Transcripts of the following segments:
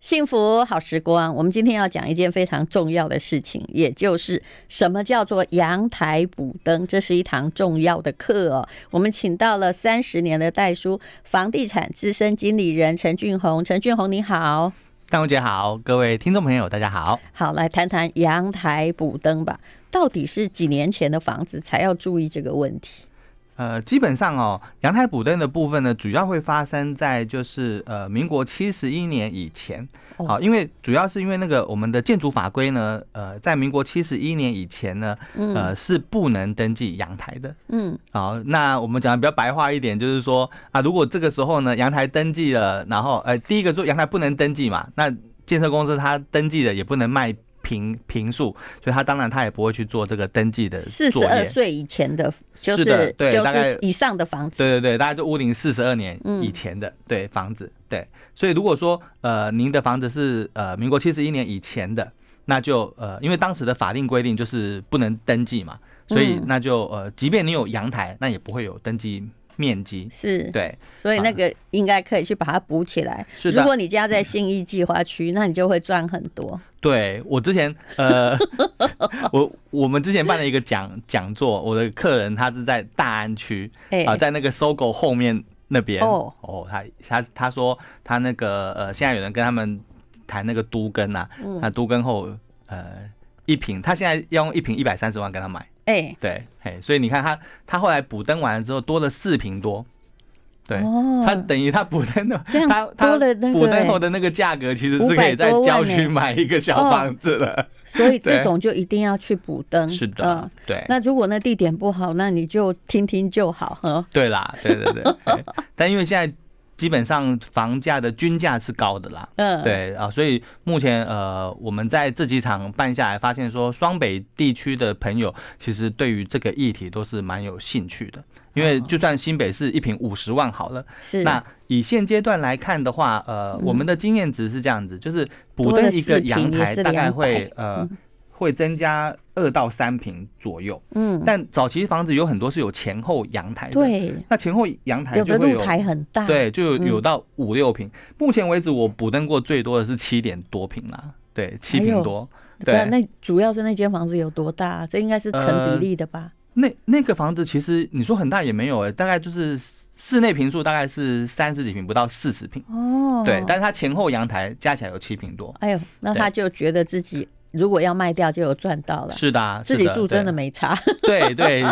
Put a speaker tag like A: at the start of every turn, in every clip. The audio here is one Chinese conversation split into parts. A: 幸福好时光，我们今天要讲一件非常重要的事情，也就是什么叫做阳台补灯，这是一堂重要的课哦。我们请到了三十年的代书房地产资深经理人陈俊宏，陈俊宏你好，
B: 张姐好，各位听众朋友大家好。
A: 好来谈谈阳台补灯吧，到底是几年前的房子才要注意这个问题？
B: 呃，基本上哦，阳台补灯的部分呢，主要会发生在就是呃民国七十一年以前。
A: 哦
B: 好、因为主要是因为那个我们的建筑法规呢，呃，在民国七十一年以前呢，呃是不能登记阳台的。
A: 嗯，
B: 好、那我们讲的比较白话一点，就是说啊，如果这个时候呢，阳台登记了，然后呃，第一个说阳台不能登记嘛，那建设公司它登记的也不能卖平平数，所以它当然它也不会去做这个登记的
A: 四
B: 呃作
A: 十二
B: 业。
A: 岁以前的，就是
B: 是的对
A: 就
B: 大概
A: 是以上的房子，
B: 对对对，大概就屋龄四十二年
A: 嗯
B: 以前的、对房子，对，所以如果说呃您的房子是呃民国七十一年以前的，那就呃因为当时的法定规定就是不能登记嘛，所以
A: 嗯
B: 那就呃即便你有阳台，那也不会有登记面积，
A: 是，
B: 对，
A: 所以那
B: 啊
A: 个应该可以去把它补起来。
B: 是
A: 如
B: 的嗯
A: 果你家在信义计划区，那你就会赚很多。
B: 对我之前呃， 我我们之前办了一个讲讲座，我的客人他是在大安区
A: 哎、
B: 啊、在那个搜狗后面那边
A: 哦
B: 他他他说他那个呃，现在有人跟他们谈那个都跟啊，
A: 嗯
B: 那都跟后呃一瓶，他现在要用一瓶一百三十万跟他买，
A: 哎、
B: 对，嘿，所以你看他他后来补灯完了之后多了四瓶多，对。
A: 哦，
B: 他等于他补灯的，
A: 这样
B: 他他
A: 多了那个
B: 补
A: 欸
B: 灯后的那个价格，其实
A: 500
B: 是可以在
A: 多万
B: 郊
A: 欸
B: 区买一个小
A: 哦
B: 房子了。
A: 所以这
B: 对
A: 种就一定要去补灯。
B: 是
A: 嗯
B: 的，对，
A: 那如果那地点不好，那你就听听就好。呵
B: 对 啦，对对对。嘿但因为现在基本上房价的均价是高的啦，
A: 嗯，，
B: 对啊，所以目前呃，我们在这几场办下来，发现说双北地区的朋友其实对于这个议题都是蛮有兴趣的，因为就算新北市一平五十万好了，
A: 是
B: 那以现阶段来看的话，呃，我们的经验值是这样子，
A: 嗯
B: 就是补
A: 多了
B: 登一
A: 四
B: 个
A: 平
B: 阳
A: 也
B: 台
A: 是
B: 大概
A: 200
B: 会呃会增加二到三平左右，
A: 嗯，
B: 但早期房子有很多是有前后阳台的，，
A: 对，
B: 那前后阳台
A: 有
B: 就
A: 的
B: 会
A: 露
B: 有。
A: 台很大。，
B: 对，就有有
A: 嗯
B: 到五六平。目前为止，我补登过最多的是七点多平啦，对，
A: 哎
B: 七
A: 呦
B: 平多。
A: 那
B: 对，
A: 那主要是那间房子有多大？啊这应该是成比例的吧？
B: 那那个房子其实你说很大也没有、欸，大概就是室内平数大概是三十几平，不到四十平。
A: 哦，
B: 嗯对，但是它前后阳台加起来有七平多。
A: 哎呦，那
B: 对
A: 他就觉得自己如果要卖掉，就有赚到了。
B: 是的啊，
A: 自己住真的
B: 没。
A: 没差。
B: 对对，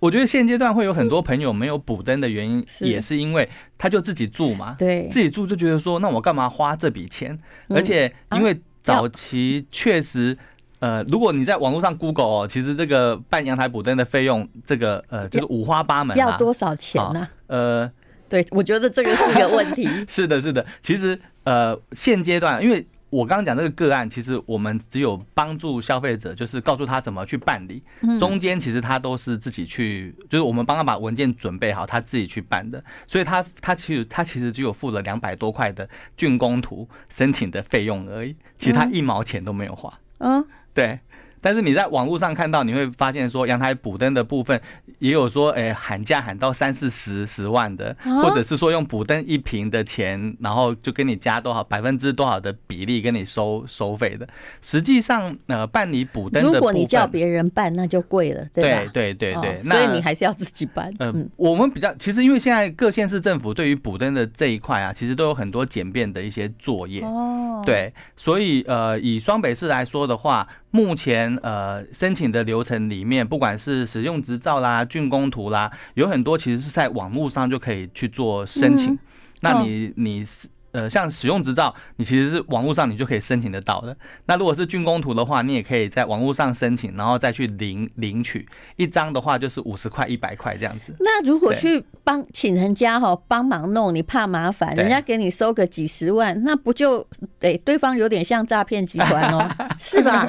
B: 我觉得现阶段会有很多朋友没有补登的原因，
A: 是
B: 也是因为他就自己住嘛。
A: 对，
B: 自己住就觉得说，那我干嘛花这笔钱？
A: 嗯
B: 而且因为
A: 要
B: 早期确实，呃，如果你在网络上 Google 哦，其实这个办阳台补灯的费用，这个呃就是五花八门
A: 要
B: 啊。
A: 多少钱呢、
B: 呃，
A: 对，我觉得这个是个问题。
B: 是的，是的，其实呃现阶段，因为我刚刚讲这个个案，其实我们只有帮助消费者，就是告诉他怎么去办理，中间其实他都是自己去，就是我们帮他把文件准备好，他自己去办的，所以他他其实他其实只有付了两百多块的竣工图申请的费用而已，其实他一毛钱都没有花。
A: 嗯，
B: 对。但是你在网络上看到，你会发现说阳台补灯的部分也有说，哎、喊价喊到三四十十万的，
A: 啊
B: 或者是说用补灯一瓶的钱，然后就跟你加多少百分之多少的比例跟你收收费的。实际上，呃，办理补灯的部
A: 如
B: 分，
A: 果你叫别人办，那就贵了，吧？
B: 对对对对，
A: 哦
B: 那
A: 所以你还是要自己办。
B: 呃
A: 嗯，，
B: 我们比较其实因为现在各县市政府对于补灯的这一块啊，其实都有很多简便的一些作业。
A: 哦，
B: 对，所以呃，以双北市来说的话，目前呃申请的流程里面，不管是使用执照啦、竣工图啦，有很多其实是在网络上就可以去做申请。
A: 嗯
B: 那你、你是呃，像使用执照，你其实是网络上你就可以申请得到的。那如果是竣工图的话，你也可以在网络上申请，然后再去领领取一张的话，就是五十块、一百块这样子。
A: 那如果
B: 对
A: 去帮请人家哈、帮忙弄，你怕麻烦，
B: 对
A: 人家给你收个几十万，那不就得、对方有点像诈骗集团哦， 是吧？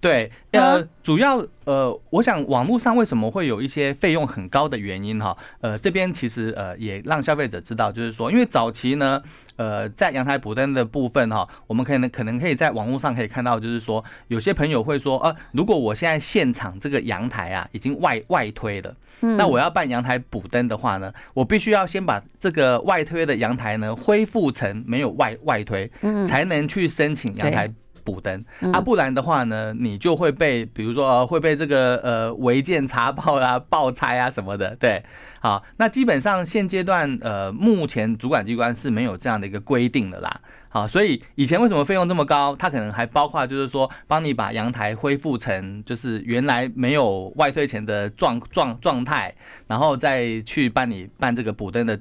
B: 对，呃，
A: 嗯
B: 主要呃，我想网络上为什么会有一些费用很高的原因哈，呃，这边其实呃也让消费者知道，就是说，因为早期呢，呃，在阳台补灯的部分哈，我们可能可能可以在网络上可以看到，就是说，有些朋友会说，呃，如果我现在现场这个阳台啊已经外外推了，
A: 嗯
B: 那我要办阳台补灯的话呢，我必须要先把这个外推的阳台呢恢复成没有外外推，
A: 嗯
B: 才能去申请阳台
A: 对
B: 补灯。
A: 嗯
B: 啊，不然的话呢，你就会被，比如说、呃会被这个呃违建查爆啦、爆拆啊什 么的。对，好，那基本上现阶段呃，目前主管机关是没有这样的一个规定的啦。好，所以以前为什么费用这么高？它可能还包括就是说，帮你把阳台恢复成就是原来没有外推前的状状状态，然后再去办理办这个补灯的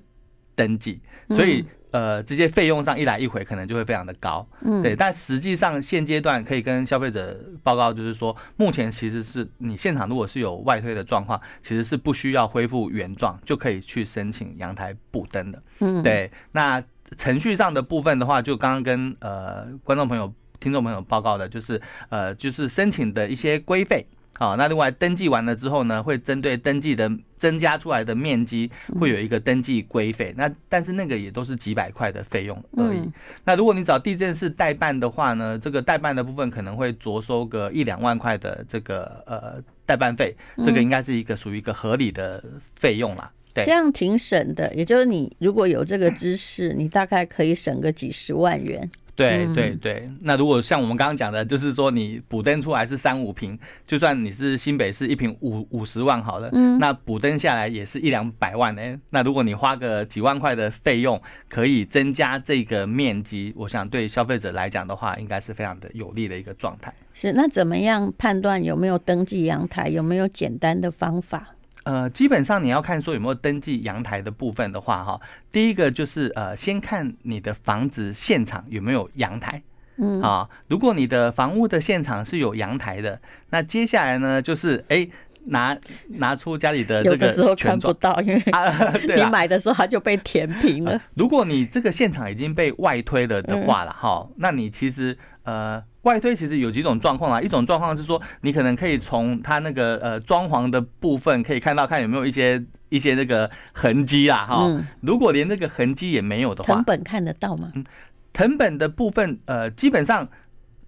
B: 登记。所以、呃，这些费用上一来一回可能就会非常的高。
A: 嗯，
B: 对，但实际上现阶段可以跟消费者报告，就是说，目前其实是你现场如果是有外推的状况，其实是不需要恢复原状就可以去申请阳台补灯的。
A: 嗯，
B: 对，那程序上的部分的话，就刚刚跟呃观众朋友、听众朋友报告的，就是呃就是申请的一些规费。好，那另外登记完了之后呢，会针对登记的增加出来的面积，
A: 嗯
B: 会有一个登记规费。那但是那个也都是几百块的费用而已。
A: 嗯
B: 那如果你找地震室代办的话呢，这个代办的部分可能会着收个一两万块的这个呃代办费，这
A: 嗯
B: 个应该是一个属于一个合理的费用啦。对
A: 这样挺省的，也就是你如果有这个知识，你大概可以省个几十万元。
B: 对
A: 嗯
B: 对对，那如果像我们刚刚讲的，就是说你补登出来是三五平，就算你是新北市一平五五十万好了，
A: 嗯
B: 那补登下来也是一两百万呢、那如果你花个几万块的费用，可以增加这个面积，我想对消费者来讲的话，应该是非常的有利的一个状态。
A: 是，那怎么样判断有没有登记阳台？有没有简单的方法？
B: 呃，基本上你要看说有没有登记阳台的部分的话，哈，第一个就是呃，先看你的房子现场有没有阳台。
A: 嗯
B: 啊，如果你的房屋的现场是有阳台的，那接下来呢，就是哎、拿拿出家里的这
A: 有的时候
B: 个
A: 看
B: 权
A: 不
B: 状
A: 到，因为
B: 啊， 对
A: 你
B: 啦。
A: 买的时候它就被填平了。
B: 啊如果你这个现场已经被外推了的话了
A: 嗯
B: 哈、那你其实呃外推其实有几种状况啊，一种状况是说你可能可以从它那个呃装潢的部分可以看到看有没有一些一些那个痕迹啦哈、
A: 嗯，
B: 如果连那个痕迹也没有的话嗯
A: 藤，本看得到吗？
B: 藤本的部分，呃，基本上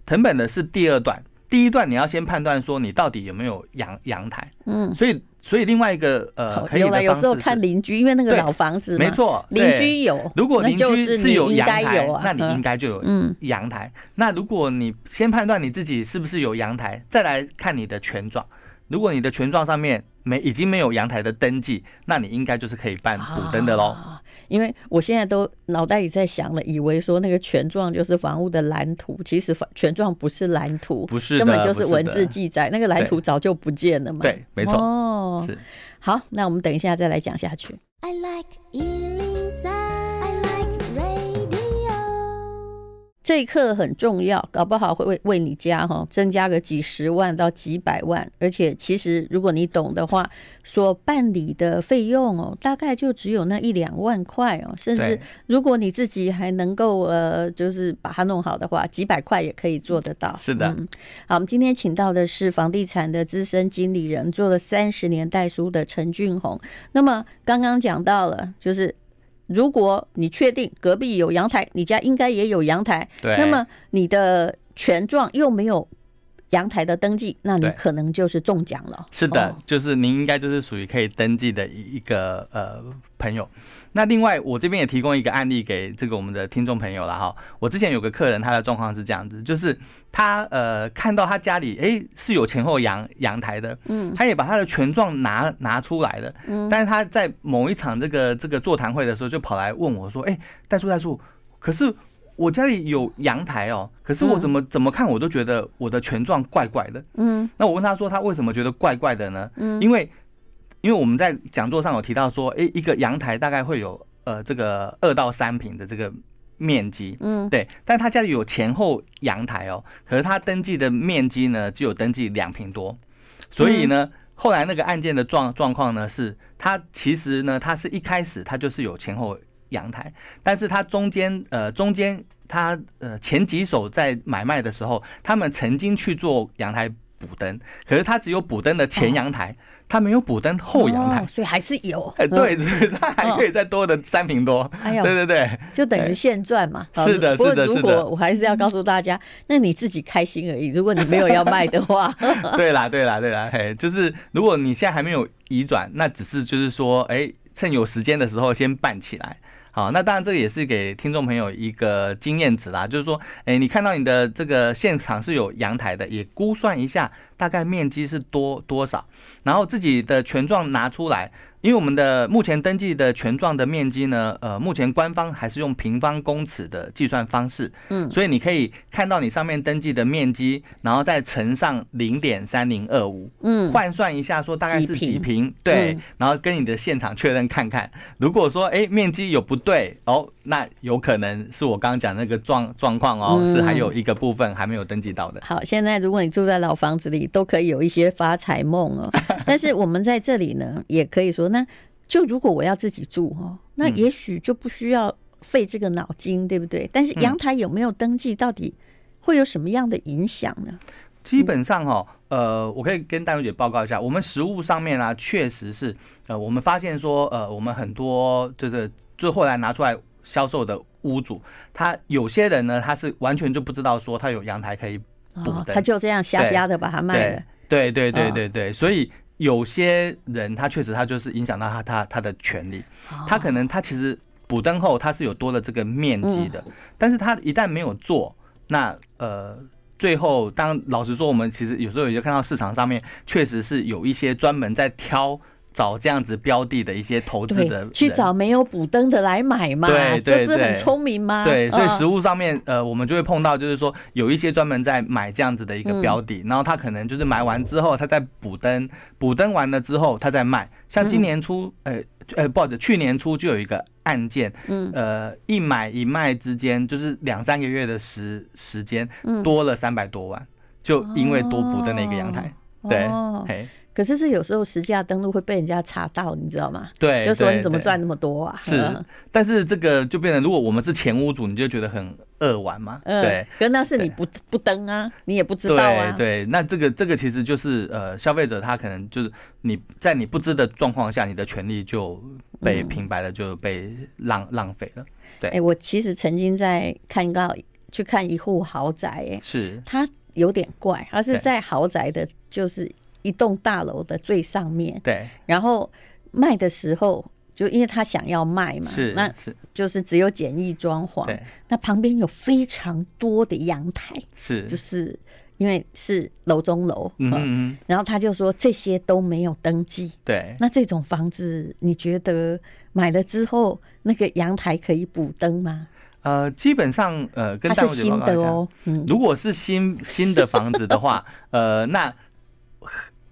B: 藤本的是第二段，第一段你要先判断说你到底有没有阳阳台，
A: 嗯，
B: 所以所以另外一个呃
A: 好
B: 可以
A: 有
B: 的
A: 了，有
B: 方
A: 时候
B: 式
A: 看
B: 是，
A: 邻居，因为那个
B: 对
A: 老房子嘛，
B: 没，错，
A: 邻
B: 对
A: 居有，
B: 如果
A: 那
B: 邻
A: 就
B: 居
A: 是
B: 有
A: 你应
B: 阳
A: 该
B: 台，
A: 有啊，
B: 那你
A: 嗯
B: 应该就有
A: 嗯
B: 阳台。那如果你先判断你自己是不是有阳台，再来看你的权状。如果你的权状上面没已经没有阳台的登记，那你应该就是可以办补登的喽。
A: 啊因为我现在都脑袋里在想了，以为说那个权状就是房屋的蓝图，其实房权状不是蓝图，
B: 不是的
A: 根本就是
B: 不是的
A: 文字记载，那个蓝图
B: 对
A: 早就不见了嘛。，
B: 对，没错，
A: 哦，
B: 是。
A: 好，那我们等一下再来讲下去。
C: I like Ealing Sound. I like radio.
A: 这一刻很重要，搞不好会为为你家哈增加个几十万到几百万，而且其实如果你懂的话，所办理的费用哦，大概就只有那一两万块哦，甚至
B: 对
A: 如果你自己还能够呃，就是把它弄好的话，几百块也可以做得到。
B: 是的
A: 嗯好，我们今天请到的是房地产的资深经理人，做了三十年代书的陈俊宏。那么刚刚讲到了，就是如果你确定隔壁有阳台，你家应该也有阳台，
B: 对
A: 那么你的权状又没有阳台的登记，那你
B: 对
A: 可能就是中奖了。
B: 是的，
A: 哦
B: 就是您应该就是属于可以登记的一一个呃朋友。那另外，我这边也提供一个案例给这个我们的听众朋友了哈。我之前有个客人，他的状况是这样子，就是他呃看到他家里诶是有前后阳阳台的，
A: 嗯，
B: 他也把他的权状拿拿出来了，
A: 嗯
B: 但是他在某一场这个这个座谈会的时候，就跑来问我说：“诶，戴叔戴叔，可是我家里有阳台哦，可是我怎么怎么看我都觉得我的权状怪怪的。”
A: 嗯
B: 那我问他说他为什么觉得怪怪的呢？
A: 嗯
B: 因为因为我们在讲座上有提到说，诶，一个阳台大概会有呃这个二到三平的这个面积。
A: 嗯，
B: 对，但他家里有前后阳台哦，可是他登记的面积呢，只有登记两平多，所以呢，后来那个案件的状状况呢，是他其实呢，他是一开始他就是有前后阳台，但是他中间呃中间他呃前几手在买卖的时候，他们曾经去做阳台补登，可是他只有补登的前阳台，他没有补登后阳台
A: 哦，，所以还是有，哦
B: 哎， 对，所以他还可以再多的三平多，
A: 哎
B: 对
A: 呦
B: 对对。
A: 就等于现赚嘛。
B: 哎是的
A: 不过
B: 是的
A: 如
B: 是
A: 果
B: 的
A: 我还是要告诉大家，那你自己开心而已。如果你没有要卖的话，
B: 对啦，对啦，对啦，嘿，就是如果你现在还没有移转，那只是就是说，哎，趁有时间的时候先办起来。好，那当然这个也是给听众朋友一个经验值啦，就是说，哎，你看到你的这个现场是有阳台的，也估算一下大概面积是多多少，然后自己的权状拿出来，因为我们的目前登记的权状的面积呢，呃，目前官方还是用平方公尺的计算方式，
A: 嗯
B: 所以你可以看到你上面登记的面积，然后再乘上零点三零二五，
A: 嗯，
B: 换算一下说大概是
A: 几
B: 几
A: 平
B: 平，对，
A: 嗯
B: 然后跟你的现场确认看看。如果说哎、诶面积有不对哦，那有可能是我刚刚讲那个状状况哦，
A: 嗯
B: 是还有一个部分还没有登记到的。
A: 好，现在如果你住在老房子里，都可以有一些发财梦 哦。但是我们在这里呢，也可以说，那就如果我要自己住哦，那
B: 嗯
A: 也许就不需要费这个脑筋，对不对？但是阳台有没有登记，到底会有什么样的影响呢？
B: 基本上哦，呃，我可以跟戴茹姐报告一下，我们实物上面啊，确实是，呃，我们发现说，呃，我们很多就是最后来拿出来销售的屋主，他有些人呢，他是完全就不知道说他有阳台可以补
A: 哦
B: 的
A: 他就这样瞎瞎的把它卖了。
B: 对对对
A: 嗯
B: 对对，所以有些人他确实他就是影响到他他他的权利，
A: 哦
B: 他可能他其实补登后他是有多了这个面积
A: 嗯
B: 的，但是他一旦没有做，那呃。最后，当老实说，我们其实有时候也就看到市场上面确实是有一些专门在挑找这样子标的的一些投资的
A: 对，去
B: 人
A: 找没有补灯的来买嘛，
B: 对
A: 这
B: 对
A: 不是很
B: 对
A: 聪明吗？
B: 对，所以
A: 嗯
B: 实物上面，呃，我们就会碰到，就是说有一些专门在买这样子的一个标
A: 嗯
B: 的，然后他可能就是买完之后，他再补登，补登完了之后他再卖。
A: 嗯
B: 像今年初，呃呃，不好意思，去年初就有一个案件，
A: 嗯
B: 呃，一买一卖之间，就是两三个月的时时间
A: 嗯，
B: 多了三百多万，就因为多补登的一个阳台，对
A: 哦，
B: 嘿，
A: 可是这有时候实价登录会被人家查到，你知道吗？
B: 对，
A: 就说
B: 哎对
A: 你怎么
B: 对
A: 赚那么多啊？
B: 是，但是这个就变成，如果我们是前屋主，你就觉得很扼腕嘛，
A: 嗯，
B: 对。
A: 可那是你
B: 对
A: 不不登啊，你也不知道啊。
B: 对对，那这个这个其实就是呃，消费者他可能就是你在你不知的状况下，你的权利就被平白的就被浪浪费了。
A: 哎、我其实曾经在看到去看一户豪宅、哎，
B: 是
A: 它有点怪，它是
B: 对
A: 在豪宅的，就是一栋大楼的最上面，
B: 对，
A: 然后卖的时候。就因为他想要卖嘛，
B: 是
A: 那
B: 是，
A: 就是只有简易装潢，
B: 对
A: 那旁边有非常多的阳台，
B: 是，
A: 就是因为是楼中楼，
B: 嗯
A: 呃
B: 嗯，嗯
A: 然后他就说这些都没有登记，
B: 对。
A: 那这种房子你觉得买了之后那个阳台可以补灯吗？
B: 呃，基本上呃，跟
A: 它
B: 大
A: 是
B: 陆姐
A: 新
B: 报告
A: 的
B: 一下，
A: 哦，嗯，
B: 如果是新新的房子的 话，呃，那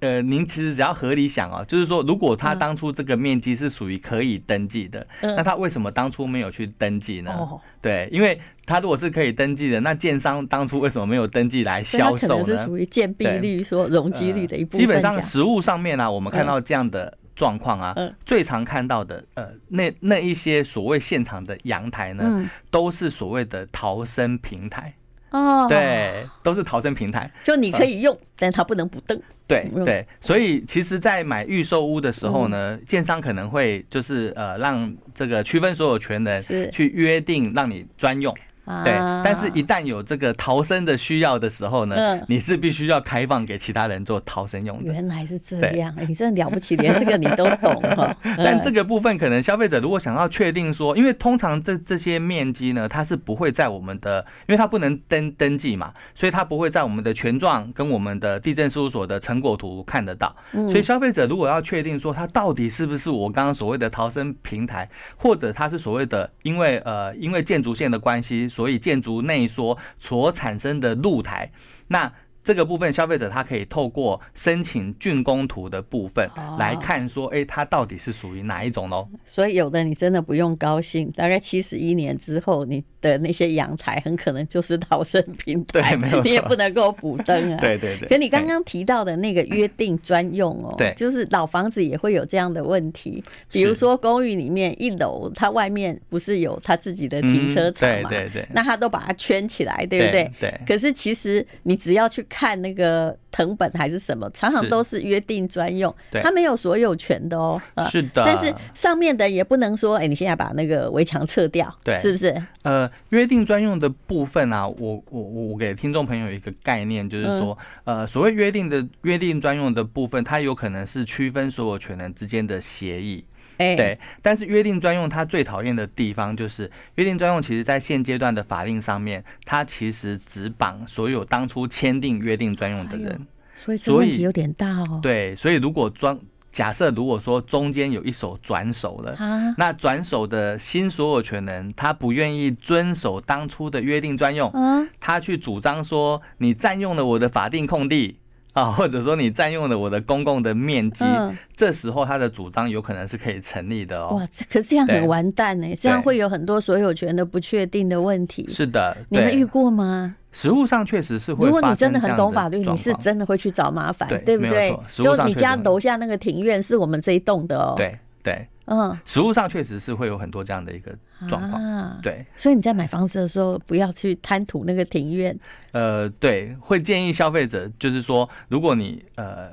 B: 呃，您其实只要合理想啊，就是说，如果他当初这个面积是属于可以登记的，
A: 嗯
B: 那他为什么当初没有去登记呢？
A: 哦，
B: 对，因为他如果是可以登记的，那建商当初为什么没有登记来
A: 所以它
B: 销
A: 可
B: 售
A: 能是
B: 呢？嗯呃
A: 属于建蔽率说容积率的一部
B: 基本
A: 分
B: 上
A: 讲，
B: 实物上面呢、啊我们看到这样的状况啊，
A: 嗯
B: 最常看到的呃，那那一些所谓现场的阳台呢，
A: 嗯，
B: 都是所谓的逃生平台，
A: 哦，，
B: 对，嗯都是逃生平台。
A: 就你可以用，但它不能补灯，
B: 对
A: 嗯
B: 对，所以其实，在买预售屋的时候呢，建商可能会就是呃，让这个区分所有权人
A: 是
B: 去约定让你专用，对
A: 啊，
B: 但是一旦有这个逃生的需要的时候呢，
A: 嗯
B: 你是必须要开放给其他人做逃生用的。
A: 原来是这样，哎你真的了不起，连这个你都懂 哈。嗯
B: 但这
A: 个
B: 个部分可能消费者如果想要确定说，因为通常这这些面积呢，它是不会在我们的，因为它不能登登记嘛，所以它不会在我们的权状跟我们的地震事务所的成果图看得到。
A: 嗯
B: 所以消费者如果要确定说它到底是不是我刚刚所谓的逃生平台，或者它是所谓的因为呃因为建筑线的关系，所以建筑内缩所产生的露台，那。这个部分消费者他可以透过申请竣工图的部分
A: 哦
B: 来看说，哎，它到底是属于哪一种喽？
A: 所以有的你真的不用高兴，大概七十一年之后，你的那些阳台，很可能就是逃生平台
B: 对没有，
A: 你也
B: 错
A: 不能够补灯 啊。
B: 对对对。
A: 可你刚
B: 哎
A: 刚提到的那个约定专用哦，
B: 对
A: 就是老房子也会有这样的问题，比如说公寓里面一楼，它外面不是有它自己的停车场
B: 嗯
A: 嘛，
B: 对对对，
A: 那它都把它圈起来，对不对？
B: 对
A: 可是其实你只要去看那个藤本还是什么，常常
B: 是
A: 都是约定专用，
B: 对
A: 它没有所有权的哦。呃
B: 是的
A: 但是上面的也不能说，哎，你现在把那个围墙撤掉，
B: 对
A: 是不是？
B: 呃，约定专用的部分啊，我我我我给听众朋友一个概念，就是说，
A: 嗯
B: 呃，所谓约定的约定专用的部分，它有可能是区分所有权人之间的协议，
A: 哎，
B: 对。但是约定专用它最讨厌的地方就是，约定专用其实在现阶段的法令上面，它其实只绑所有当初签订约定专用的
A: 哎
B: 人
A: 呦，所以这
B: 所
A: 问
B: 以
A: 题有点大哦。
B: 对。所以如果装假设如果说中间有一手转手 了，
A: 啊，
B: 那转手的新所有权人，他不愿意遵守当初的约定专用，
A: 嗯，
B: 他去主张说你占用了我的法定空地 啊，或者说你占用了我的公共的面积，
A: 嗯
B: 这时候他的主张有可能是可以成立的哦
A: 哇。，这可是这样很
B: 对
A: 完蛋呢、这样
B: 对
A: 会有很多所有权的不确定的问题。
B: 是的，
A: 你们遇
B: 对，
A: 过吗？
B: 实物上确实是会
A: 如果你
B: 发生
A: 真的
B: 这
A: 很
B: 样
A: 懂法律，
B: 状
A: 你是
B: 况
A: 真的会去找麻烦，
B: 对
A: 不
B: 没有
A: 对
B: 错？实物
A: 就
B: 上
A: 你
B: 确
A: 家
B: 实
A: 楼下那个庭院是我们这一栋的哦。，
B: 对对，
A: 嗯，
B: 实物上确实是会有很多这样的一个状况。
A: 啊。
B: 对，
A: 所以你在买房子的时候，不要去贪图那个庭 院。
B: 呃，对，会建议消费者，就是说，如果你呃，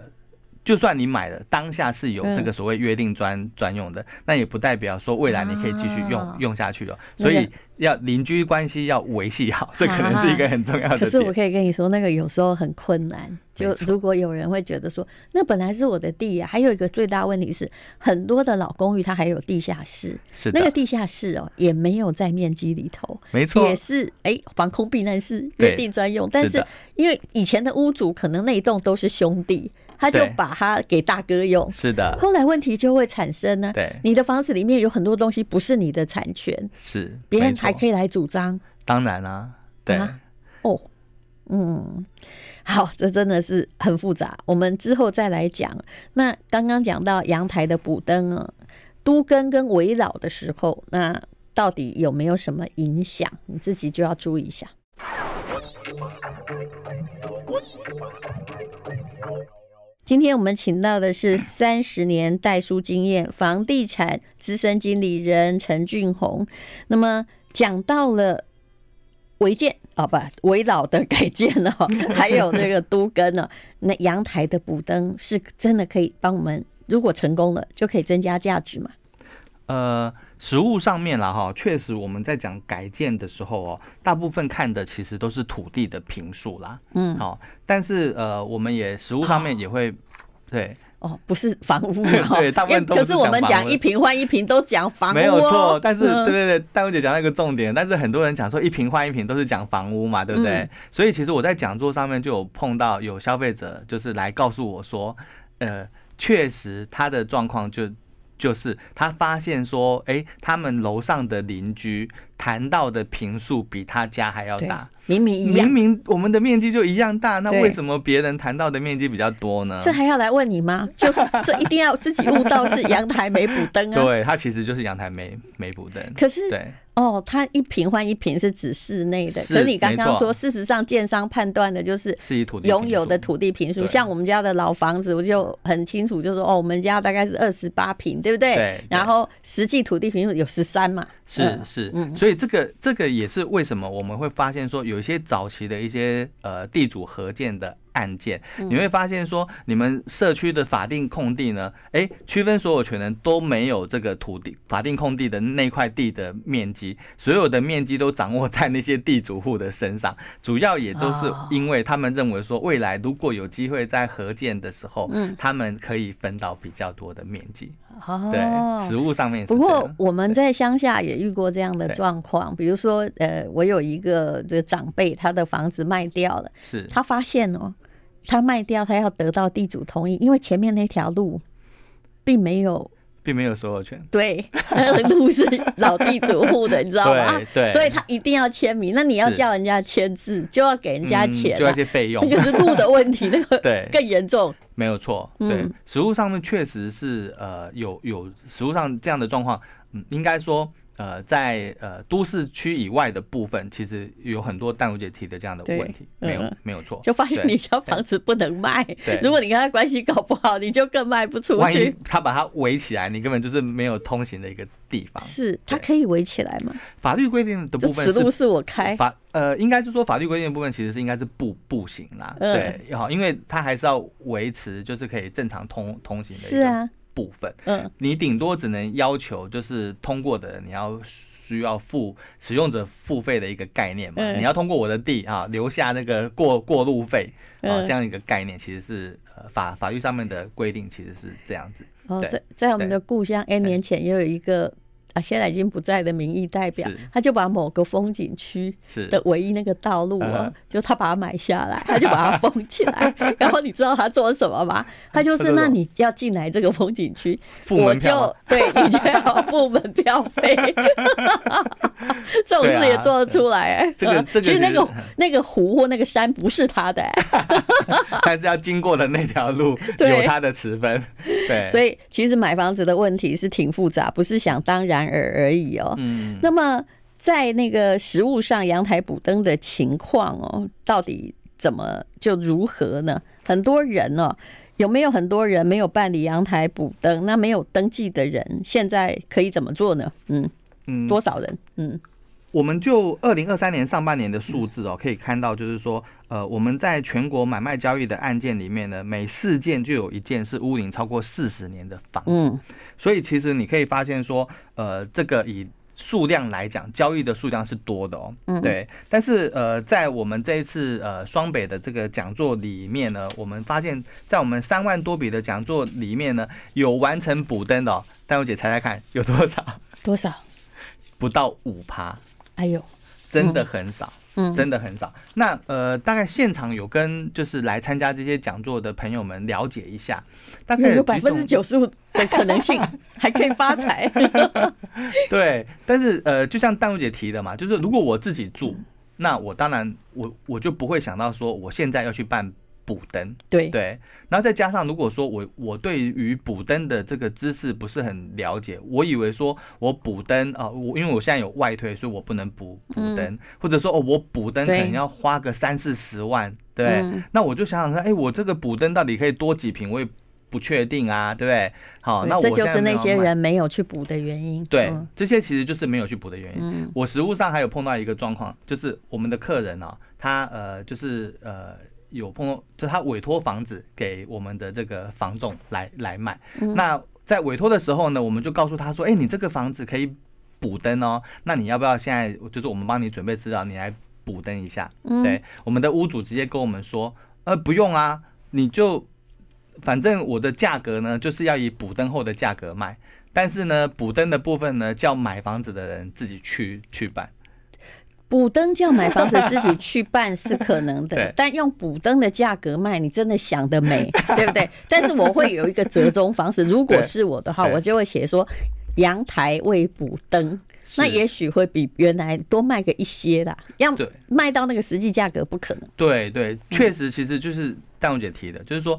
B: 就算你买了，当下是
A: 嗯
B: 有这个所谓约定专专用的，那也不代表说未来你可以继续用、
A: 啊
B: 用下去哦。
A: 那
B: 所
A: 个
B: 以要邻居关系要维 系好，这可能是一个很重要的
A: 可是我
B: 点。
A: 可以跟你说，那个有时候很困难。就
B: 没错
A: 如果有人会觉得说，那本来是我的地呀、啊还有一个最大问题是，很多的老公寓它还有地下室，
B: 是
A: 那个
B: 的，
A: 地下室哦也没有在面积里头。
B: 没错
A: 也，是哎、防空避难室
B: 对
A: 约定专用，但
B: 是
A: 是
B: 的
A: 因为以前的屋主可能那一栋都是兄弟，他就
B: 对
A: 把它给大哥用，
B: 是的，
A: 后来问题就会产生呢、
B: 对
A: 你的房子里面有很多东西不是 你的产权，
B: 是。
A: 别人
B: 没错
A: 还可以来主张
B: 当然啊，对，
A: 啊哦。嗯，好，这真的是很复杂，我们之后再来讲。那刚刚讲到阳台的补灯啊，都根跟围绕的时候，那到底有没有什么影响？你自己就要注意一下。今天我们请到的是三十年代书经验房地产资深经理人陈俊宏。那么讲到了违建哦，不围绕的改建 哦，还有这个都根哦，那阳台的补灯是真的可以帮我们，如果成功了就可以增加价值嘛？
B: 呃，实物上面啦哈，确实我们在讲改建的时候哦，大部分看的其实都是土地的平数啦。
A: 嗯
B: 好、但是呃，我们也实物上面也会，对，
A: 哦，不是房屋嘛哦，
B: 对大部分
A: 因为可
B: 都不是
A: 是我们
B: 讲
A: 讲
B: 房屋
A: 一瓶换一瓶都讲房屋、哦，
B: 没有错。但是、
A: 嗯
B: 对对对，戴文姐讲到一个重点，但是很多人讲说一平换一平都是讲房屋嘛，对不对？
A: 嗯
B: 所以其实我在讲座上面就有碰到有消费者就是来告诉我说，呃，确实他的状况就。就是他发现说，哎、他们楼上的邻居谈到的平数比他家还要
A: 对
B: 大，
A: 明明一样
B: 明，明我们的面积就一样大，那
A: 对
B: 为什么别人谈到的面积比较多呢？
A: 这还要来问你吗？就是这一定要自己悟到是阳台没补灯啊。
B: 对，它其实就是阳台没没补灯。
A: 可是
B: 对，
A: 哦，它一瓶换一瓶是指室内的，
B: 是
A: 可你刚刚
B: 没
A: 说，
B: 错
A: 事实上建商判断的就是
B: 是以土地
A: 拥有的
B: 平数
A: 土地平数，
B: 对
A: 像我们家的老房子，我就很清楚，就说哦，我们家大概是二十八平，对不对？
B: 对
A: 然后实际土地平数有十三嘛，
B: 是
A: 嗯
B: 是
A: 嗯，
B: 所以这个这个也是为什么我们会发现说有一些早期的一些呃地主合建的案件，
A: 嗯
B: 你会发现说你们社区的法定空地呢，哎，区分所有权人都没有这个土地法定空地的那块地的面积，所有的面积都掌握在那些地主户的身上，主要也都是
A: 哦
B: 因为他们认为说未来如果有机会在合建的时候，
A: 嗯
B: 他们可以分到比较多的面积，对，
A: 哦，
B: 实物上面是
A: 不
B: 这
A: 过
B: 样。
A: 我们在乡下也遇过这样的状况，比如说，呃，我有一个这个长辈，他的房子卖掉了，
B: 是
A: 他发现哦，他卖掉，他要得到地主同意，因为前面那条路并没有
B: 并没有所有权。
A: 对， 那个路是老地主户的，你知道吗？
B: 对对
A: 所以他一定要签名。那你要
B: 是
A: 叫人家签字，就要给人家钱、
B: 嗯、就
A: 啊
B: 那些费用
A: 那，个是路的问题，那个
B: 对
A: 更严重。
B: 没有错。对
A: 嗯，
B: 实物上面确实是呃有有实物上这样的状况，嗯，应该说。呃，在呃都市区以外的部分，其实有很多淡如姐提的这样的问题，
A: 对
B: 没有
A: 嗯
B: 没有错。
A: 就发现
B: 对
A: 你家房子不能卖
B: 对，
A: 如果你跟他关系搞不好，你就更卖不出
B: 万一
A: 去。
B: 他把它围起来，你根本就是没有通行的一个地方。
A: 是，他可以围起来吗？
B: 法律规定的
A: 这
B: 部分
A: 此路是我开，
B: 法呃，应该是说法律规定的部分其实是应该是步步行啦，
A: 嗯
B: 对，好，因为它还是要维持就是可以正常通通行
A: 是
B: 的一个
A: 啊，
B: 部分。
A: 嗯，
B: 你顶多只能要求就是通过的人你要需要付使用者付费的一个概念嘛，
A: 嗯
B: 你要通过我的地啊，留下那个过 过路费啊
A: 嗯
B: 这样一个概念，其实是呃法法律上面的规定其实是这样子，
A: 哦，
B: 对
A: 在在我们的故乡，N 年前也有一个啊，现在已经不在的民意代表
B: 是，
A: 他就把某个风景区
B: 是
A: 的唯一那个道路哦
B: 嗯，
A: 就他把它买下来， 他就把它封起 来。然后你知道他做什么吗？他就是，
B: 他做什
A: 那
B: 么
A: 你要进来这个风景区，
B: 付
A: 我
B: 门票
A: 就
B: 吗
A: 对你就要付门票 费。这种事也做得出来，哎
B: 啊这个
A: 嗯
B: 这个
A: 其实那个
B: 是
A: 那个湖或那个山不是他的，哎
B: 但是要经过的那条路
A: 对
B: 有它的持分，对，
A: 所
B: 以
A: 以其实买房子的问题是挺复杂，不是想当然而而已哦。
B: 嗯，
A: 那么在那个实物上，阳台补灯的情况哦，到底怎么就如何呢？很多人哦，有没有很多人没有办理阳台补灯？那没有登记的人，现在可以怎么做呢？嗯，
B: 嗯
A: 多少人？嗯，
B: 我们就二零二三年上半年的数字哦，可以看到，就是说，呃，我们在全国买卖交易的案件里面呢，每四件就有一件是屋龄超过四十年的房子，
A: 嗯，
B: 所以其实你可以发现说，呃，这个以数量来讲，交易的数量是多的哦。
A: 嗯
B: 对。但是呃，在我们这一次呃双北的这个讲座里面呢，我们发现，在我们三万多笔的讲座里面呢，有完成补登的、哦，丹如姐猜猜看有多少？
A: 多少？
B: 不到五趴，
A: 哎呦，
B: 真的很少。
A: 嗯，
B: 真的很少。那呃，大概现场有跟就是来参加这些讲座的朋友们了解一下，大概
A: 有有
B: 几
A: 百分之
B: 种
A: 九十五的可能性还可以发财。
B: 对，但是呃，就像淡如姐提的嘛，就是如果我自己住，
A: 嗯
B: 那我当然我我就不会想到说我现在要去办补灯，
A: 对，
B: 对，然后再加上如果说我我对于补灯的这个知识不是很了解，我以为说我补灯啊，我因为我现在有外推，所以我不能补补灯，或者说哦我补灯
A: 嗯
B: 可
A: 对
B: 能要花个三四十万，对不对，
A: 嗯
B: 那我就想想看，哎，我这个补灯到底可以多几瓶，我也不确定啊，对不对？好，那我
A: 这就
B: 现在
A: 是
B: 没
A: 那
B: 有
A: 些
B: 买
A: 人没有去补的原因。
B: 对，
A: 嗯
B: 这些其实就是没有去补的原因。
A: 嗯
B: 我实物上还有碰到一个状况，就是我们的客人啊，他呃就是呃有碰到，就他委托房子给我们的这个房东来来买。
A: 嗯
B: 那在委托的时候呢，我们就告诉他说，哎、你这个房子可以补灯哦，那你要不要现在就是我们帮你准备资料，你来补灯一下？
A: 嗯
B: 对，我们的屋主直接跟我们说，呃，不用啊，你就反正我的价格呢，就是要以补灯后的价格卖。但是呢，补灯的部分呢，叫买房子的人自己去去办。
A: 补灯叫买房子自己去办是可能的
B: 对，
A: 但用补灯的价格卖，你真的想得 美，对不对？但是我会有一个折中方式，如果
B: 对
A: 是我的话，
B: 对
A: 我就会写说阳台未补灯，那
B: 是
A: 也许会比原来多卖个一些啦，要
B: 对
A: 卖到那个实际价格不可能。
B: 对
A: 嗯
B: 对，确实，其实就是淡如姐提的，就是说，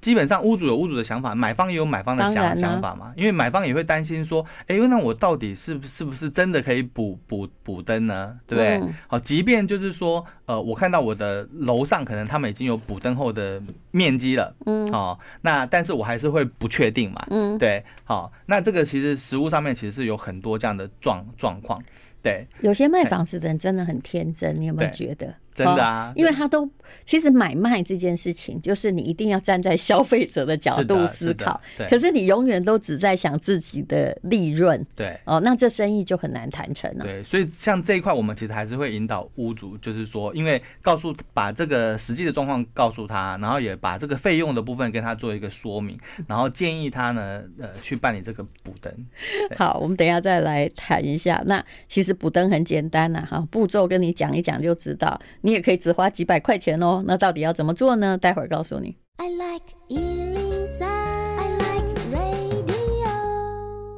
B: 基本上屋主有屋主的想法，买方也有买方的
A: 当然
B: 想
A: 啊
B: 想法嘛。因为买方也会担心说，哎，那我到底是不是不是真的可以补补补灯呢？对不对？
A: 嗯
B: 好，即便就是说，呃，我看到我的楼上可能他们已经有补灯后的面积了，嗯，哦，那但是我还是会不确定嘛，
A: 嗯，
B: 对，好，那这个其实实物上面其实是有很多这样的状状况，对，
A: 有些卖房子的人真的很天真，你有没有
B: 哎对
A: 觉得？
B: 真的啊
A: 哦因为他都其实买卖这件事情，就是你一定要站在消费者的角
B: 是的
A: 度
B: 是
A: 思
B: 的
A: 考，
B: 对
A: 可是你永远都只在想自己的利润。
B: 对。
A: 哦，那这生意就很难谈成了、
B: 对，所以像这一块，我们其实还是会引导屋主，就是说，因为告诉把这个实际的状况告诉他，然后也把这个费用的部分跟他做一个说明，然后建议他呢，呃，去办理这个补灯。
A: 好，我们等一下再来谈一下。那其实补灯很简单呐、啊哈，步骤跟你讲一讲就知道。你也可以只花几百块钱哦。那到底要怎么做呢？待会儿告诉你。
C: I like Ealing Sound. I like radio.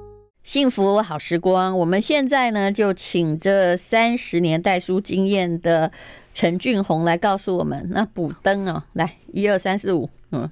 A: 幸福好时光，我们现在呢就请这三十年代书经验的陈俊宏来告诉我们，那补灯哦，来一二三四五，嗯，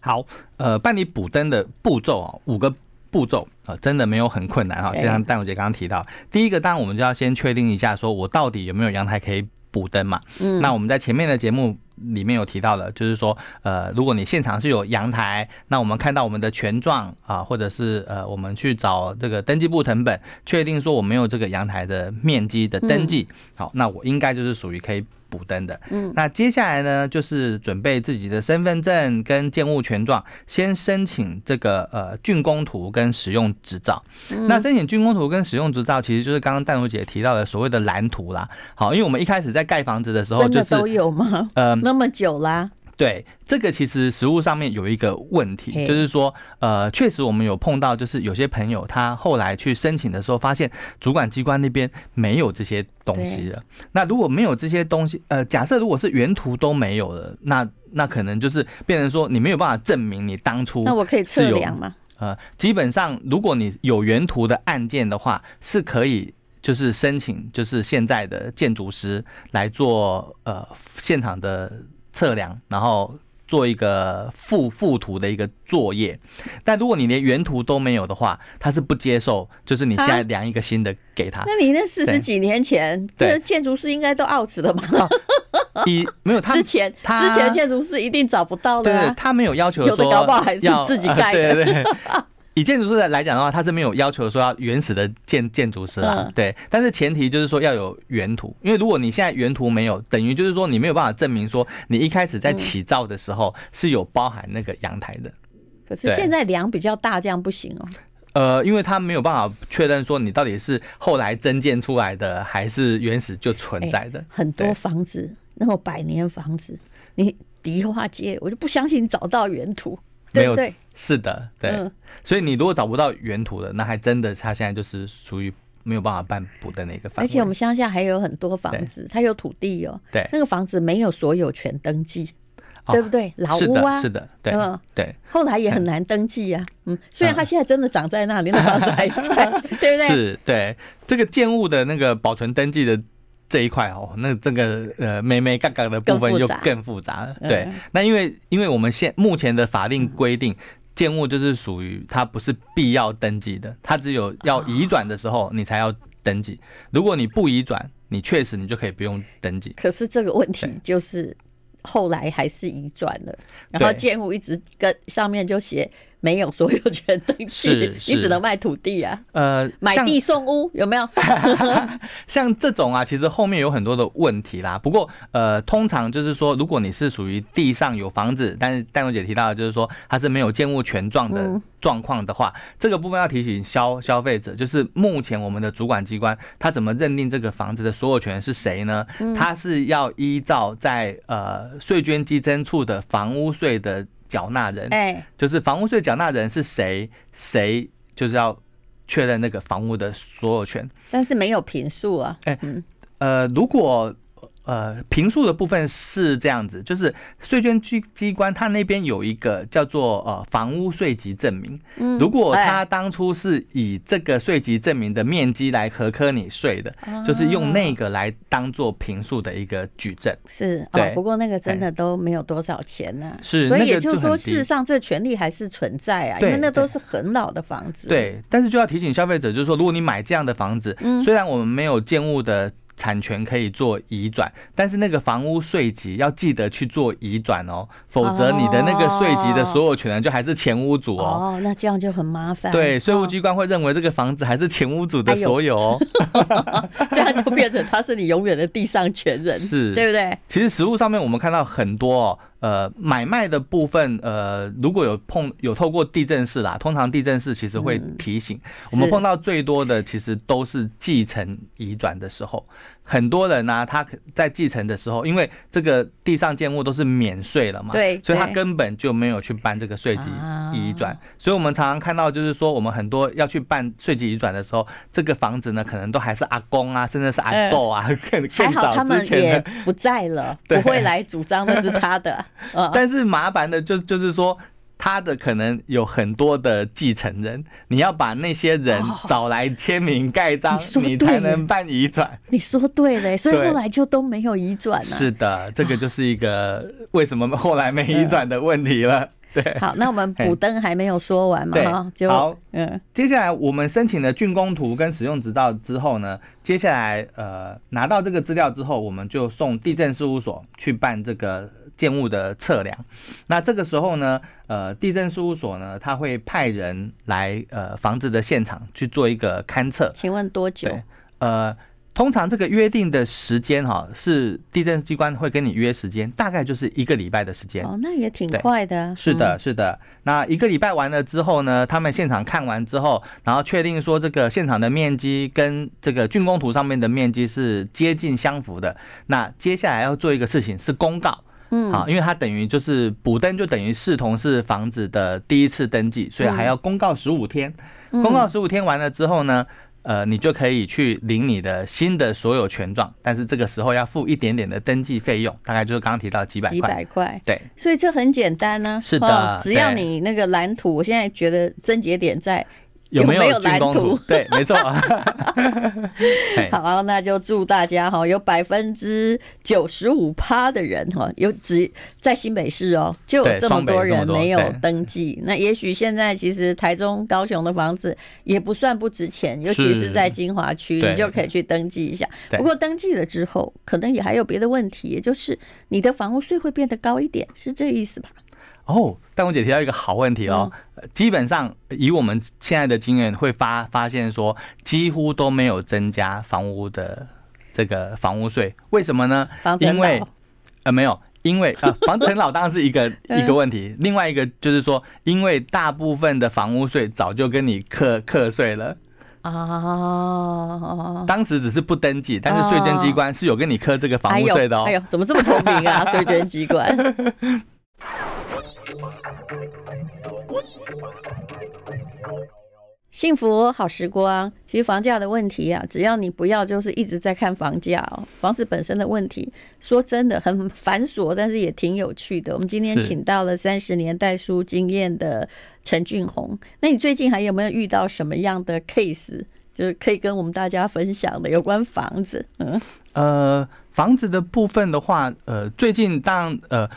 B: 好，呃，办理补灯的步骤啊、五个步骤啊、呃真的没有很困难哈。啊
A: 对
B: 就像戴茹姐刚刚提到，第一个，当然我们就要先确定一下，说我到底有没有阳台可以补灯嘛。
A: 嗯，
B: 那我们在前面的节目里面有提到的，就是说，呃，如果你现场是有阳台，那我们看到我们的权状啊、或者是呃，我们去找这个登记簿成本，确定说我没有这个阳台的面积的登记，好，那我应该就是属于可以补登的。
A: 嗯，
B: 那接下来呢，就是准备自己的身份证跟建物权状，先申请这个呃竣工图跟使用执照。
A: 嗯
B: 那申请竣工图跟使用执照，其实就是刚刚淡如姐提到的所谓的蓝图啦。好，因为我们一开始在盖房子的时候，
A: 真
B: 就
A: 的
B: 是
A: 都有吗？
B: 呃，
A: 那么久啦，
B: 对，这个其实实物上面有一个问
A: 嘿
B: 题，就是说，呃，确实我们有碰到，就是有些朋友他后来去申请的时候，发现主管机关那边没有这些东西了。那如果没有这些东西，呃，假设如果是原图都没有了，那那可能就是变成说你没有办法证明你当初
A: 那我可以
B: 是
A: 测
B: 有
A: 量吗？
B: 呃，基本上如果你有原图的案件的话，是可以就是申请就是现在的建筑师来做呃现场的测量，然后。做一个附附图的一个作业，但如果你连原图都没有的话，他是不接受，就是你现
A: 啊
B: 在量一个新的给他。
A: 那你那四十
B: 对
A: 几年前，这
B: 啊对
A: 个建筑师应该都 out 了吧？
B: 以没有他
A: 之前
B: 他
A: 之前建筑师一定找不到的、
B: 对
A: 啊
B: 对，。他没有要求
A: 有
B: 说
A: 的搞不好还是
B: 要
A: 自己盖的
B: 呃对 对对。以建筑师来讲的话，他是没有要求说要原始的建建筑师啦，
A: 嗯
B: 对。但是前提就是说要有原图，因为如果你现在原图没有，等于就是说你没有办法证明说你一开始
A: 嗯
B: 在起造的时候是有包含那个阳台的。
A: 可是
B: 对
A: 现在量比较大，这样不行哦。
B: 呃，因为他没有办法确认说你到底是后来增建出来的，还是原始就
A: 哎
B: 存在的。
A: 很多
B: 对
A: 房子那种百年房子，你迪化街，我就不相信你找到原图，
B: 没
A: 对
B: 有
A: 不对？
B: 是的，对。
A: 嗯
B: 所以你如果找不到原图的，那还真的他现在就是属于没有办法办补的那个范围。
A: 而且我们乡下还有很多房
B: 对
A: 子，它有土地哦，
B: 对
A: 那个房子没有所有权登记，
B: 哦
A: 对不对？老
B: 是
A: 屋啊
B: 的，，是的，对
A: 嗯
B: 对
A: 后来也很难登记啊。嗯，虽然它现在真的长在那里，那房子还在， 对不对？
B: 是，对这个建物的那个保存登记的。这一块哦，那这个呃，妹妹嘎嘎的部
A: 更
B: 分
A: 复
B: 就
A: 杂
B: 更复杂了。
A: 嗯
B: 对，那因为因为我们现目前的法令规定，建物就是属于它不是必要登记的，它只有要移转的时
A: 哦
B: 候你才要登记。如果你不移转，你确实你就可以不用登记。
A: 可是这个问题
B: 对
A: 就是后来还是移转了，然后
B: 对
A: 建物一直跟上面就写没有所有权登记
B: 是，是
A: 你只能卖土地啊，
B: 呃，
A: 买
B: 像
A: 地送屋有没 有？
B: 像这种啊，其实后面有很多的问题啦。不过，呃，通常就是说，如果你是属于地上有房子，但是戴茹姐提到的就是说它是没有建物权状的
A: 嗯
B: 状况的话，这个部分要提醒消消费者，就是目前我们的主管机关他怎么认定这个房子的所有权是谁呢？
A: 嗯
B: 他是要依照在呃税捐稽征处的房屋税的缴纳人，
A: 哎，
B: 就是房屋税缴纳人是谁，谁就是要确认那个房屋的所有权。
A: 但是没有平数啊，
B: 呃，如果呃评述的部分是这样子，就是税捐机机关它那边有一个叫做呃房屋税籍证明，
A: 嗯
B: 如果
A: 哎
B: 他当初是以这个税籍证明的面积来核科你税的，就是用那个来当做评述的一个举证。
A: 是哦
B: 对，
A: 不过那个真的都没有多少钱呐、
B: 是
A: 所以
B: 那个
A: 也就是
B: 就很
A: 说，
B: 低
A: 事实上这权利还是存在啊，因
B: 对
A: 为那都
B: 对
A: 是很老的房子，，
B: 对，但是就要提醒消费者，就是说，如果你买这样的房子，
A: 嗯
B: 虽然我们没有建物的产权可以做移转，但是那个房屋税籍要记得去做移转哦，否则你的那个税籍的所有权人就还是前屋主哦。
A: 哦，那这样就很麻烦，
B: 对，税务
A: 哦
B: 机关会认为这个房子还是前屋主的
A: 哎呦
B: 所有哦。
A: 这样就变成他是你永远的地上权人，
B: 是
A: 对不对？
B: 其实实物上面我们看到很多、哦，呃，买卖的部分，呃，如果有碰有透过地震室啦，通常地震室其实会提醒、我
A: 嗯
B: 们
A: 是
B: 碰到最多的其实都是继承移转的时候，很多人呢、他可在继承的时候，因为这个地上建物都是免税了嘛，
A: 对
B: 所以他
A: 对
B: 根本就没有去办这个税籍
A: 啊
B: 移转，所以我们常常看到就是说，我们很多要去办税籍移转的时候，这个房子呢，可能都还是阿公啊，甚至是阿舅啊，更
A: 嗯还
B: 更
A: 好他
B: 早
A: 们
B: 之前
A: 也
B: 的。
A: 不在了，不
B: 对
A: 会来主张那是他 的，呃，
B: 但是麻烦的就就是说，他的可能有很多的继承人，你要把那些人找来签名盖
A: 哦
B: 章，
A: 你说
B: 你
A: 对
B: 才
A: 耶
B: 能办遗转。
A: 你说对嘞，所以
B: 对
A: 后来就都没有移转了、啊
B: 是的，这个就是一个为什么后来没遗转的问题了。对，
A: 嗯好，那我 们补灯还没有说完嘛
B: 对
A: 哈，就
B: 好
A: 嗯
B: 接下来我们申请了竣工图跟使用执照之后呢，接下来呃拿到这个资料之后，我们就送地震事务所去办这个建物的测量。那这个时候呢，呃，地震事务所呢，他会派人来呃房子的现场去做一个勘测。
A: 请问多久？
B: 对呃，通常这个约定的时间哈、是地震机关会跟你约时间，大概就是一个礼拜的时间。
A: 哦，那也挺
B: 对
A: 快的啊。
B: 是的，
A: 嗯，
B: 是的。那一个礼拜完了之后呢，他们现场看完之后，然后确定说这个现场的面积跟这个竣工图上面的面积是接近相符的。那接下来要做一个事情是公告。
A: 嗯
B: 啊，因为它等于就是补登，就等于视同是房子的第一次登记，所以
A: 嗯
B: 还要公告十五天。公告十五天完了之后呢，呃，你就可以去领你的新的所有权状，但是这个时候要付一点点的登记费用，大概就是刚刚提到几百
A: 嗯几
B: 块。
A: 百块。
B: 对，
A: 所以这很简单呢、
B: 是的
A: 哦只要
B: 对
A: 你那个蓝图，我现在觉得症结点在
B: 有没
A: 有没有蓝
B: 竣工
A: 图？
B: 对，没 错。嘿
A: 好，那就祝大家哈，有百分之九十五趴的人哈，有只在新北市哦，就有
B: 对
A: 这么多人
B: 双北有这么多
A: 没有
B: 对
A: 登记。那也许现在其实台中、高雄的房子也不算不值钱，尤其是在金华区，
B: 对
A: 你就可以去登记一下。
B: 对
A: 不过登记了之后，可能也还有别的问题，也就是你的房屋税会变得高一点，是这意思吧？
B: 哦，但我姐提到一个好问题哦，呃
A: 嗯
B: 基本上以我们现在的经验会发发现说，几乎都没有增加房屋的这个房屋税，为什么呢？
A: 房子很
B: 因为
A: 老
B: 呃没有，因为 呃房子很老当然是一个
A: 嗯
B: 一个问题，另外一个就是说，因为大部分的房屋税早就跟你课课税了，
A: 哦，
B: 当时只是不登记，但是税捐机关是有跟你课这个
A: 还
B: 房屋
A: 有
B: 税的哦
A: 哎。呦，怎么这么聪明 啊，税捐机关。幸福好时光，其实房价的问题啊，只要你不要就是一直在看房价哦，房子本身的问题，说真的很繁琐，但是也挺有趣的。我们今天
B: 是
A: 请到了三十年代书经验的陈俊宏，那你最近还有没有遇到什么样的 case，就是可以跟我们大家分享的有关房子？嗯，
B: 呃，房子的部分的话，呃，最近当呃，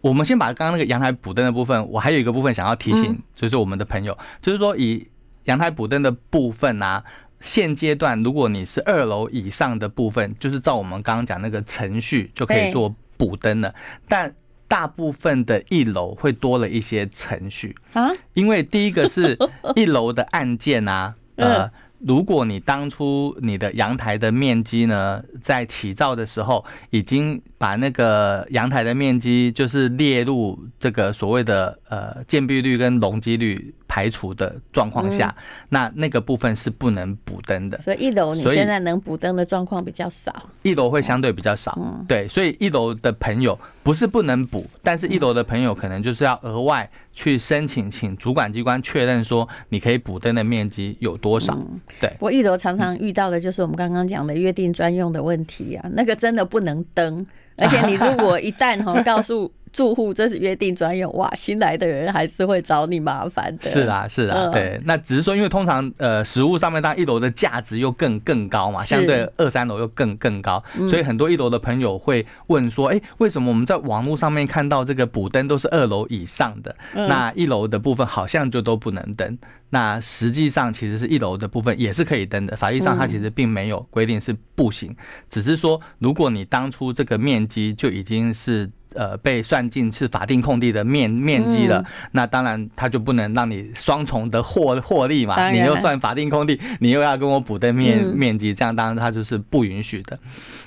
B: 我们先把刚刚那个阳台补灯的部分，我还有一个部分想要提醒，
A: 嗯
B: 就是我们的朋友，就是说以阳台补灯的部分啊。现阶段，如果你是二楼以上的部分，就是照我们刚刚讲那个程序就可
A: 对
B: 以做补灯了。但大部分的一楼会多了一些程序，
A: 啊，
B: 因为第一个是一楼的按键啊，呃
A: 嗯，
B: 如果你当初你的阳台的面积呢，在起造的时候已经把那个阳台的面积就是列入这个所谓的呃建蔽率跟容积率排除的状况下，那那个部分是不能补灯的。
A: 所以一楼你
B: 所以
A: 现在能补灯的状况比较少，
B: 一楼会相对比较少，
A: 嗯
B: 对，所以一楼的朋友不是不能补，但是一楼的朋友可能就是要额外去申请，请主管机关确认说你可以补灯的面积有多少。对
A: 嗯不，过一楼常常遇到的就是我们刚刚讲的约定专用的问题啊，那个真的不能登，而且你如果一旦哈告诉住户这是约定专用，哇，新来的人还是会找你麻烦的。
B: 是，啦，是啦
A: 嗯，
B: 对，那只是说，因为通常呃，食物上面当然一楼的价值又更更高嘛，
A: 是嗯
B: 相对二三楼又更更高，所以很多一楼的朋友会问说，哎，为什么我们在网络上面看到这个补灯都是二楼以上的，
A: 嗯
B: 那一楼的部分好像就都不能登？那实际上其实是一楼的部分也是可以登的，法律上它其实并没有规定是不行，只是说如果你当初这个面积就已经是。呃，被算进是法定空地的面面积了，
A: 嗯
B: 那当然它就不能让你双重的获获利
A: 当
B: 嘛，
A: 然
B: 你又算法定空地，你又要跟我补登面、
A: 嗯
B: 面积，这样当然它就是不允许的。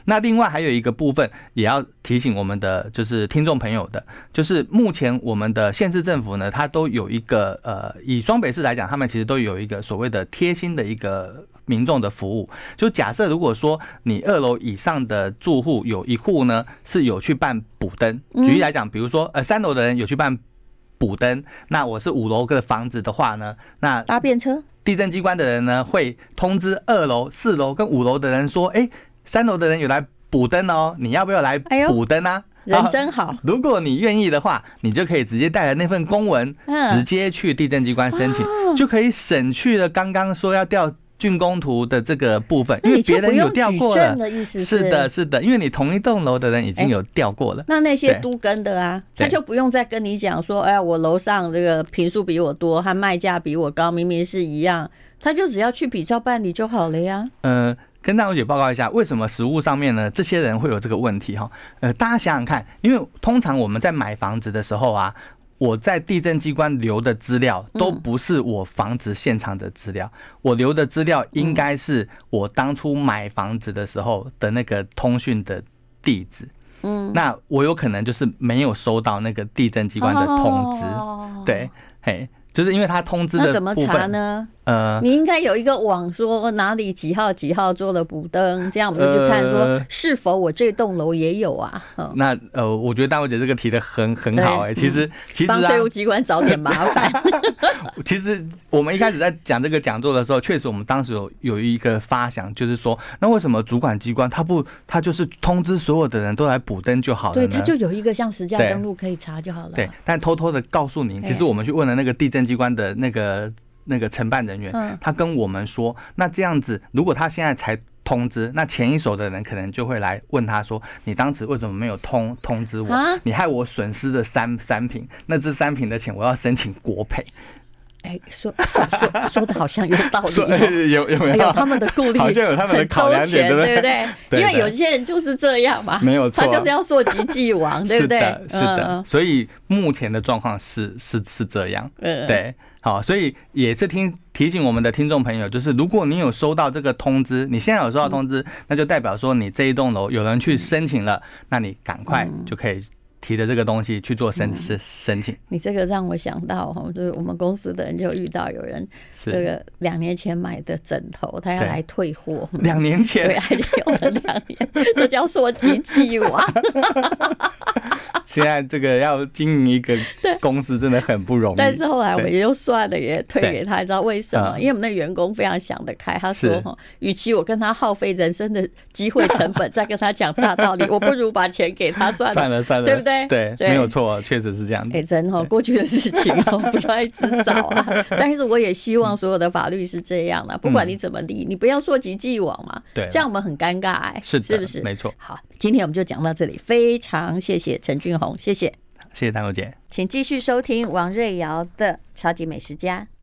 B: 那另外还有一个部分也要提醒我们的就是听众朋友的，就是目前我们的县市政府呢，它都有一个呃，以双北市来讲，他们其实都有一个所谓的贴心的一个民众的服务。就假设如果说你二楼以上的住户有一户呢是有去办补灯，举例来讲，比如说呃三楼的人有去办。补灯，那我是五楼的房子的话呢，那
A: 搭便车
B: 地震机关的人呢，会通知二楼、四楼跟五楼的人说，哎、三楼的人有来补灯哦，你要不要来
A: 哎呦
B: 补灯啊？
A: 人
B: 啊
A: 真好，
B: 如果你愿意的话，你就可以直接带着那份公文，
A: 嗯哦
B: 直接去地震机关申请，就可以省去了刚刚说要调竣工图的这个部分，
A: 那
B: 因为
A: 你就
B: 别
A: 不
B: 人有
A: 用
B: 调
A: 举
B: 过
A: 证
B: 了。
A: 的意思
B: 是的，，是的，因为你同一栋楼的人已
A: 哎
B: 经有调过了。
A: 那那些
B: 对
A: 都跟的啊，
B: 对
A: 他就不用再跟你讲说，哎呀，我楼上这个平数比我多，他卖价比我高，明明是一样，他就只要去比照办理就好了呀。
B: 呃，跟大小姐报告一下，为什么实物上面呢，这些人会有这个问题哈？呃，大家想想看，因为通常我们在买房子的时候啊。我在地震机关留的资料都
A: 嗯
B: 不是我房子现场的资料，我留的资料应该是我当初买房子的时候的那个通讯的地址。
A: 嗯，
B: 那我有可能就是没有收到那个地震机关的通知，
A: 哦
B: 对，，嘿，就是因为他通知
A: 那
B: 的
A: 怎么
B: 部
A: 查
B: 分，
A: 呢？
B: 呃，
A: 你应该有一个网说哪里几号几号做了补灯，这样我们就看说
B: 呃
A: 是否我这栋楼也有啊。嗯
B: 那呃，我觉得大伟姐这个提的很很好哎、
A: 对嗯
B: 其实其实
A: 帮
B: 啊
A: 税，务机关找点麻 烦。
B: 其实我们一开始在讲这个讲座的时候，确实我们当时有有一个发想，就是说，那为什么主管机关他不他就是通知所有的人都来补灯就好了
A: 对，
B: 呢？
A: 他就有一个像实价
B: 对
A: 登录可以查就好了。
B: 啊
A: 哎
B: 对，但偷偷的告诉你，
A: 对
B: 其实我们去问了那个地震机关的那个那个承办人员，
A: 嗯
B: 他跟我们说，那这样子，如果他现在才通知，那前一手的人可能就会来问他说，你当时为什么没有通通知我？
A: 啊
B: 你害我损失了三三瓶，那这三瓶的钱我要申请国赔，
A: 哎，说说说的好像有道 理
B: 所
A: 哦。
B: 以有有没
A: 哎
B: 有？
A: 呦，他们的顾虑
B: 好像有他们的
A: 很
B: 考
A: 周
B: 量
A: 全
B: 点对不
A: 对
B: 对
A: 不对？
B: 对
A: 因为
B: 对
A: 有些人就是这样嘛，
B: 没有错
A: 他就是要溯及既往， 对不
B: 是
A: 对？
B: 的，是的
A: 嗯，，
B: 所以目前的状况是是是这样。
A: 嗯，嗯，
B: 对，好，所以也是听提醒我们的听众朋友，就是如果你有收到这个通知，你现在有收到
A: 嗯
B: 通知，那就代表说你这一栋楼有人去申请了，那你赶快就可以提着这个东西去做
A: 嗯
B: 申申、申请。
A: 你这个让我想到哈，就是我们公司的人就遇到有人
B: 是
A: 这个两年前买的枕头，他要
B: 对
A: 来退货，
B: 两年前，
A: 对，啊他已经用了两年，这叫溯及既 往。
B: 嗯现在这个要经营一 个公司真的很不容易。
A: 但是后来我
B: 对
A: 也就算了，也退
B: 对
A: 给他，你知道为什么？
B: 嗯
A: 因为我们那个员工非常想得开，他
B: 是
A: 说哈，与其我跟他耗费人生的机会成本再跟他讲大道 理，我不如把钱给他算
B: 算
A: 了。
B: 了算了，
A: 对不对
B: 对，
A: 对
B: 没有错，确实是这样
A: 哎，
B: 子。
A: 真哦，过去的事情哦，不要一直找 啊。但是我也希望所有的法律是这样的，不
B: 嗯
A: 管你怎么立，你不要溯及既往嘛。
B: 对了
A: 这样我们很尴尬哎，
B: 是的，
A: 是不是？
B: 没错。
A: 好，今天我们就讲到这里，非常谢谢陈俊宏，谢谢，
B: 谢谢丹哥姐。
A: 请继续收听王瑞瑶的《超级美食家》。